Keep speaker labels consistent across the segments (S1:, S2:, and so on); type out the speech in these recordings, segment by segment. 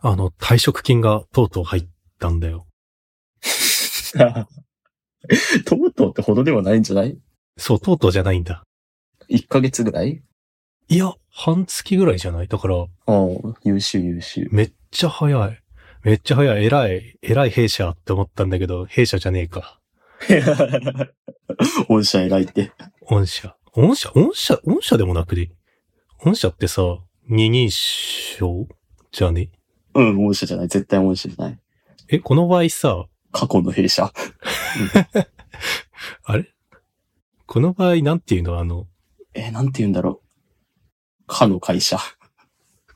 S1: あの、退職金がとうとう入ったんだよ。
S2: とうとうってほどではないんじゃない
S1: そう、とうとうじゃないんだ。
S2: ?1 ヶ月ぐらい
S1: いや、半月ぐらいじゃないだから、
S2: ああ、優秀優 秀。
S1: めっちゃ早い。めっちゃ早い。偉い、偉い弊社って思ったんだけど、弊社じゃねえか。
S2: 御社偉いって。
S1: 御社。御社、御社、御社でもなくで。御社ってさ、二人称じゃね
S2: うん、御社じゃない。絶対御社じゃない。
S1: え、この場合さ、
S2: 過去の弊社。
S1: この場合なんていうのあの、
S2: えーなんて言うんだろう。かの会社。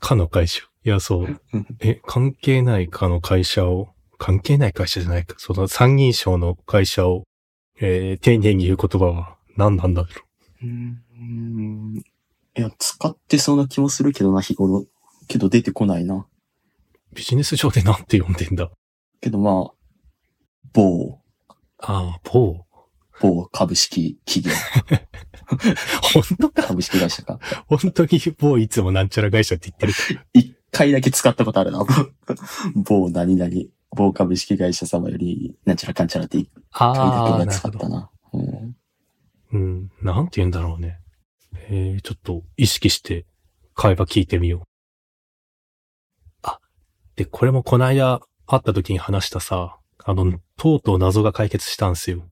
S1: かの会社。いや、そう
S2: うん。
S1: え、関係ないかの会社を、関係ない会社じゃないか。その三人称の会社を、えー、丁寧に言う言葉は何なんだろ
S2: うーん。いや、使ってそうな気もするけどな、日頃。けど出てこないな。
S1: う。ビジネス上でなんて呼んでんだ。
S2: けどまあ、某、
S1: ああ、某。
S2: 某株式企業、
S1: 本当か
S2: 株式会社か。
S1: 本当に某いつもなんちゃら会社って言ってる。
S2: 一回だけ使ったことあるな。 某何々、某株式会社様より、なんちゃらかんちゃらって一回だけ使った。な。うん、
S1: うん。なんて言うんだろうね。えー、ちょっと意識して会話聞いてみよう。あ、で、これもこないだ会った時に話したさ、あの、とうとう謎が解決したんすよ。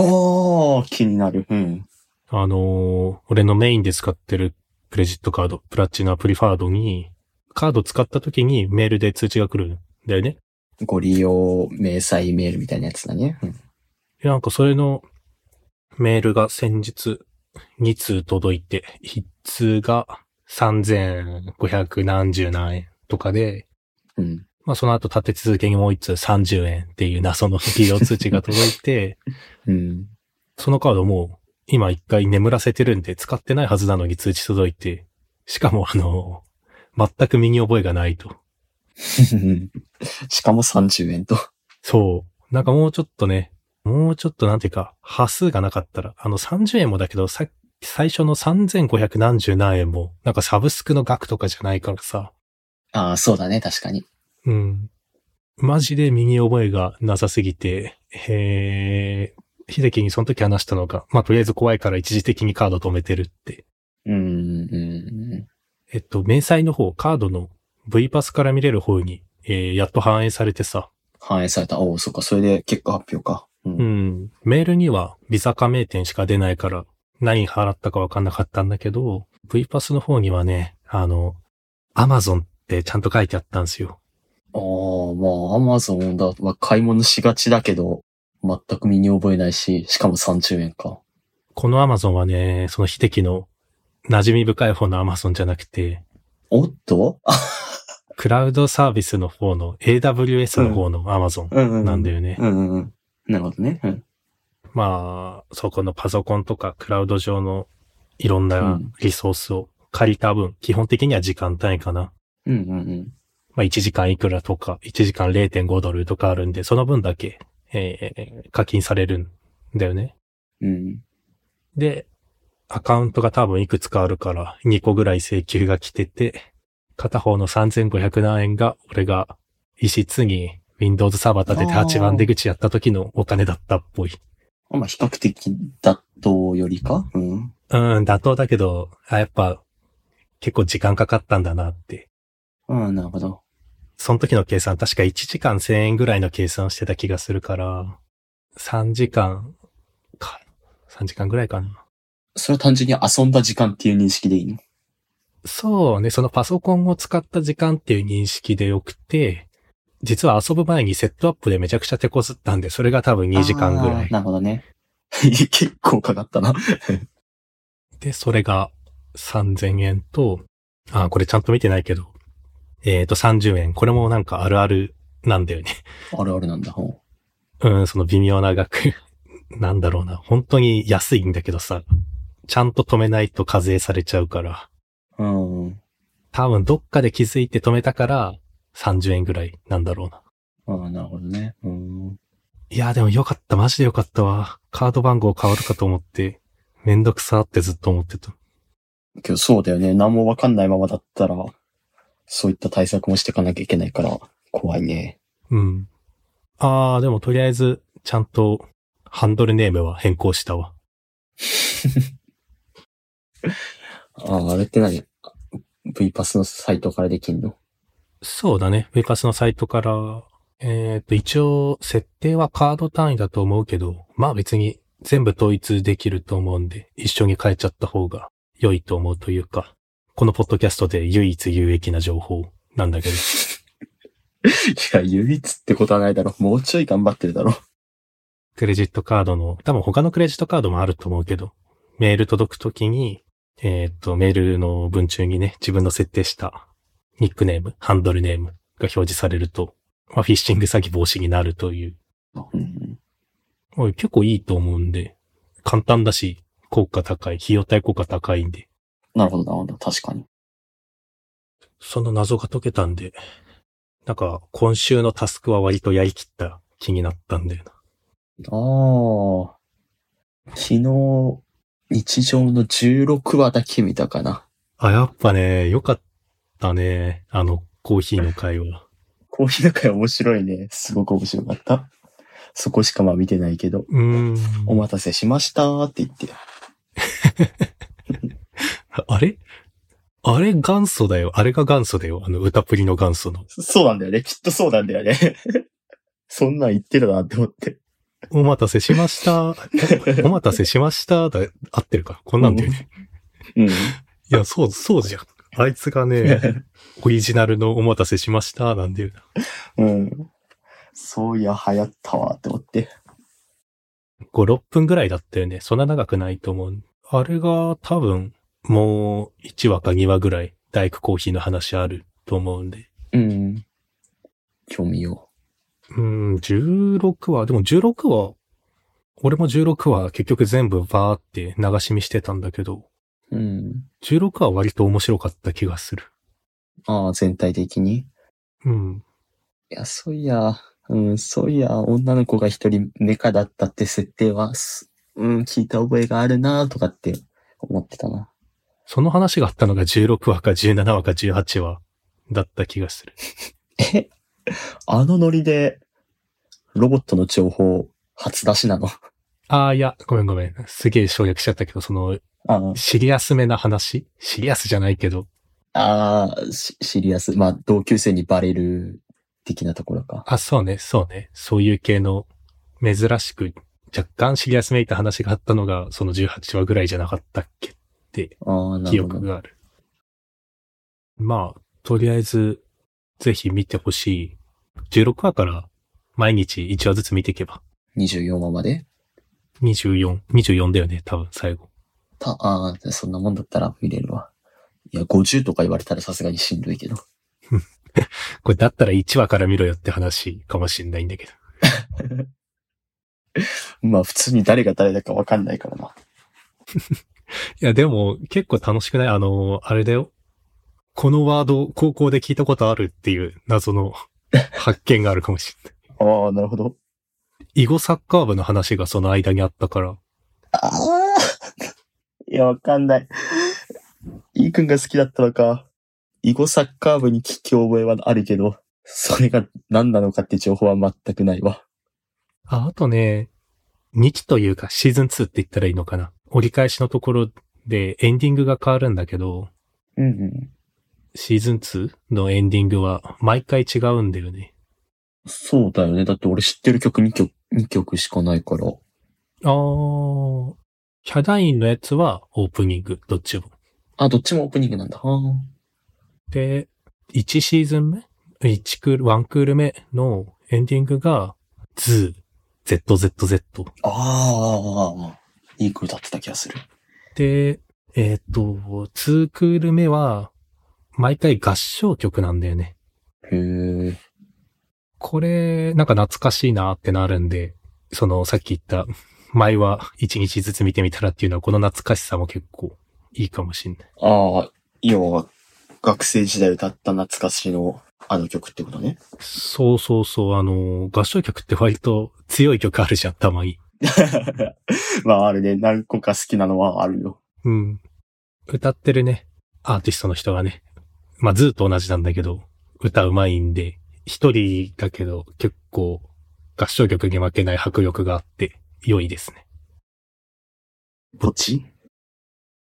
S2: おー、気になる。うん。
S1: あのー俺のメインで使ってるクレジットカード、プラチナプリファードに、カード使った時にメールで通知が来るんだよね。
S2: ご利用、明細メールみたいなやつだね。うん
S1: いやなんかそれのメールが先日2通届いて、1通が3500何十何円とかで、
S2: うん。
S1: まあその後立て続けにもう1通30円っていう謎の利用通知が届いて、
S2: うん。
S1: そのカードもう今一回眠らせてるんで使ってないはずなのに通知届いて、しかもあの、全く身に覚えがないと。
S2: しかも30円と。
S1: そう。なんかもうちょっとね、もうちょっとなんていうか、波数がなかったら、あの30円もだけど、さ最初の3500何十何円も、なんかサブスクの額とかじゃないからさ、
S2: ああ、そうだね、確かに。
S1: うん。マジで身に覚えがなさすぎて、えー、秀樹にその時話したのが、まあ、とりあえず怖いから一時的にカード止めてるって。
S2: うん、うん。
S1: えっと、明細の方、カードの V パスから見れる方に、えー、やっと反映されてさ、
S2: 反映された。おお、そっか、それで結果発表か。う。
S1: うんん。メールにはビザ加盟店しか出ないから、何払ったかわかんなかったんだけど、V パスの方にはね、あの、アマゾンってちゃんと書いてあったんですよ。
S2: ああ、まあ、アマゾンだ。まあ、買い物しがちだけど、全く身に覚えないし、しかも30円か。
S1: このアマゾンはね、その秀樹の馴染み深い方のアマゾンじゃなくて、
S2: おっとあ、
S1: クラウドサービスの方の AWS の方のアマゾン
S2: うん、う
S1: なんだよね。
S2: うん、うんうん。なるほどね。うん。
S1: まあ、そこのパソコンとかクラウド上のいろん
S2: う
S1: なんリソースを借りた分、基本的には時間単位かな。
S2: うん、うん、
S1: まあ、1時間いくらとか、1時間0.5ドルとかあるんで、その分だけ、えー課金されるんだよね。
S2: うん。うん。
S1: で、アカウントが多分いくつかあるから、2個ぐらい請求が来てて、片方の3500何円が、俺が一室に Windows サーバー立てて
S2: あー
S1: 8番出口やった時のお金だったっぽい。
S2: まあ、比較的妥当よりか。うん。
S1: うん、妥当だけど、あやっぱ、結構時間かかったんだなって。
S2: うん、なるほど。
S1: その時の計算、確か1時間1000円ぐらいの計算をしてた気がするから、3時間か、3時間ぐらいかな。
S2: それは単純に遊んだ時間っていう認識でいいの
S1: そうね、そのパソコンを使った時間っていう認識でよくて、実は遊ぶ前にセットアップでめちゃくちゃ手こずったんで、それが多分2時間ぐら
S2: あ
S1: い
S2: ー。なるほどね。 結構かかったな。
S1: で、それが3000円と、あ、これちゃんと見てないけど、えっ、と30円。これもなんかあるあるなんだよね。
S2: あるあるなんだ。ほう
S1: うん、その微妙な額。 なんだろうな。本当に安いんだけどさ。ちゃんと止めないと課税されちゃうから。
S2: うん。
S1: 多分どっかで気づいて止めたから30円ぐらいなんだろうな。
S2: ああ、なるほどね。うん。
S1: いや、でもよかった。マジでよかったわ。カード番号変わるかと思って、めんどくさってずっと思ってた。
S2: 今日そうだよね。何もわかんないままだったら、そういった対策もしていかなきゃいけないから、怖いね。
S1: うん。ああ、でもとりあえず、ちゃんとハンドルネームは変更したわ。
S2: ああ、あれって何 ?V パスのサイトからできんの
S1: そうだね。ウェカスのサイトから、えっ、と、一応、設定はカード単位だと思うけど、まあ別に全部統一できると思うんで、一緒に変えちゃった方が良いと思うというか、このポッドキャストで唯一有益な情報なんだけど。
S2: いや、唯一ってことはないだろ。もうちょい頑張ってるだろ。
S1: クレジットカードの、多分他のクレジットカードもあると思うけど、メール届くときに、えーっと、メールの文中にね、自分の設定したニックネーム、ハンドルネームが表示されると、まあ、フィッシング詐欺防止になるという、
S2: うん、
S1: まあ結構いいと思うんで、簡単だし、効果高い、費用対効果高いんで、
S2: なるほど、なるほど。確かに。
S1: その謎が解けたんで、なんか今週のタスクは割とやりきった気になったんだよな。
S2: ああ。昨日、日常の16話だけ見たかな。
S1: あ、やっぱね、良かったね、あの、コーヒーの会話。
S2: コーヒーの会面白いね。すごく面白かった。そこしかまあ見てないけど、
S1: うーん。
S2: お待たせしましたーって言って。
S1: あれあれ元祖だよ。あれが元祖だよ。あの、歌プリの元祖の。
S2: そうなんだよね。きっとそうなんだよね。 そんなん言ってるなって思って。
S1: お待たせしました。お待たせしました。だ、合ってるか。こんなんだよね。
S2: うん。
S1: いや、そう、そうじゃん。あいつがね、オリジナルのお待たせしました。なんだよな。
S2: うん。そういや、流行ったわって思って。
S1: 5、6分ぐらいだったよね。そんな長くないと思う。あれが多分、もう1話か2話ぐらい、大工コーヒーの話あると思うんで。
S2: うん。興味を。
S1: うん、16話、でも16話、俺も16話結局全部バーって流し見してたんだけど、
S2: うん。
S1: 16話割と面白かった気がする。
S2: ああ、全体的に。
S1: うん。
S2: いや、そういや、うん、そういや、女の子が一人メカだったって設定は、すうん、聞いた覚えがあるなとかって思ってたな。
S1: その話があったのが16話か17話か18話だった気がする。
S2: えあのノリで、ロボットの情報、初出しなの。
S1: ああ、いや、ごめんごめん。すげえ省略しちゃったけど、その、
S2: あの
S1: シリアスめな話シリアスじゃないけど、
S2: ああ、しシリアス。まあ、同級生にバレる的なところか。
S1: あ、そうね、そうね。そういう系の、珍しく、若干シリアスめいた話があったのが、その18話ぐらいじゃなかったっけ
S2: ああ、な
S1: 記
S2: るほ
S1: 憶
S2: ど。
S1: がある。まあ、とりあえず、ぜひ見てほしい。16話から毎日1話ずつ見ていけば。
S2: 24話まで
S1: 24、24だよね、多分最後。
S2: た、ああ、そんなもんだったら見れるわ。いや、50とか言われたらさすがにしんどいけど。
S1: これだったら1話から見ろよって話かもしんないんだけど。
S2: まあ、普通に誰が誰だかわかんないからな。
S1: いや、でも結構楽しくないあの、あれだよ。このワード、高校で聞いたことあるっていう謎の発見があるかもしれない。
S2: ああ、なるほど。
S1: 囲碁サッカー部の話がその間にあったから、
S2: ああ いや、わかんない。イーくんが好きだったのか。囲碁サッカー部に聞き覚えはあるけど、それが何なのかって情報は全くないわ。
S1: あ、あとね、2期というかシーズン2って言ったらいいのかな。折り返しのところでエンディングが変わるんだけど、
S2: うんうん。
S1: シーズン 2? のエンディングは毎回違うんだよね。
S2: そうだよね。だって俺知ってる曲2曲、二曲しかないから。
S1: あー、ヒャダインのやつはオープニング、どっちも。
S2: あ、どっちもオープニングなんだ。あー
S1: で、1シーズン目 ?1 クール、1クール目のエンディングが、ズー、ZZZ。
S2: ああ、いい曲だってた気がする。
S1: で、えっ、と、2クール目は、毎回合唱曲なんだよね。
S2: へえ。
S1: これ、なんか懐かしいなってなるんで、その、さっき言った、前は一日ずつ見てみたらっていうのは、この懐かしさも結構いいかもしんない。
S2: ああ、要は、学生時代歌った懐かしのあの曲ってことね。
S1: そうそうそう、あの、合唱曲って割と強い曲あるじゃん、たまに。
S2: まああるね。何個か好きなのはあるよ。
S1: うん。歌ってるね、アーティストの人がね、まあずっと同じなんだけど、歌うまいんで、一人だけど結構合唱曲に負けない迫力があって良いですね。
S2: ポチ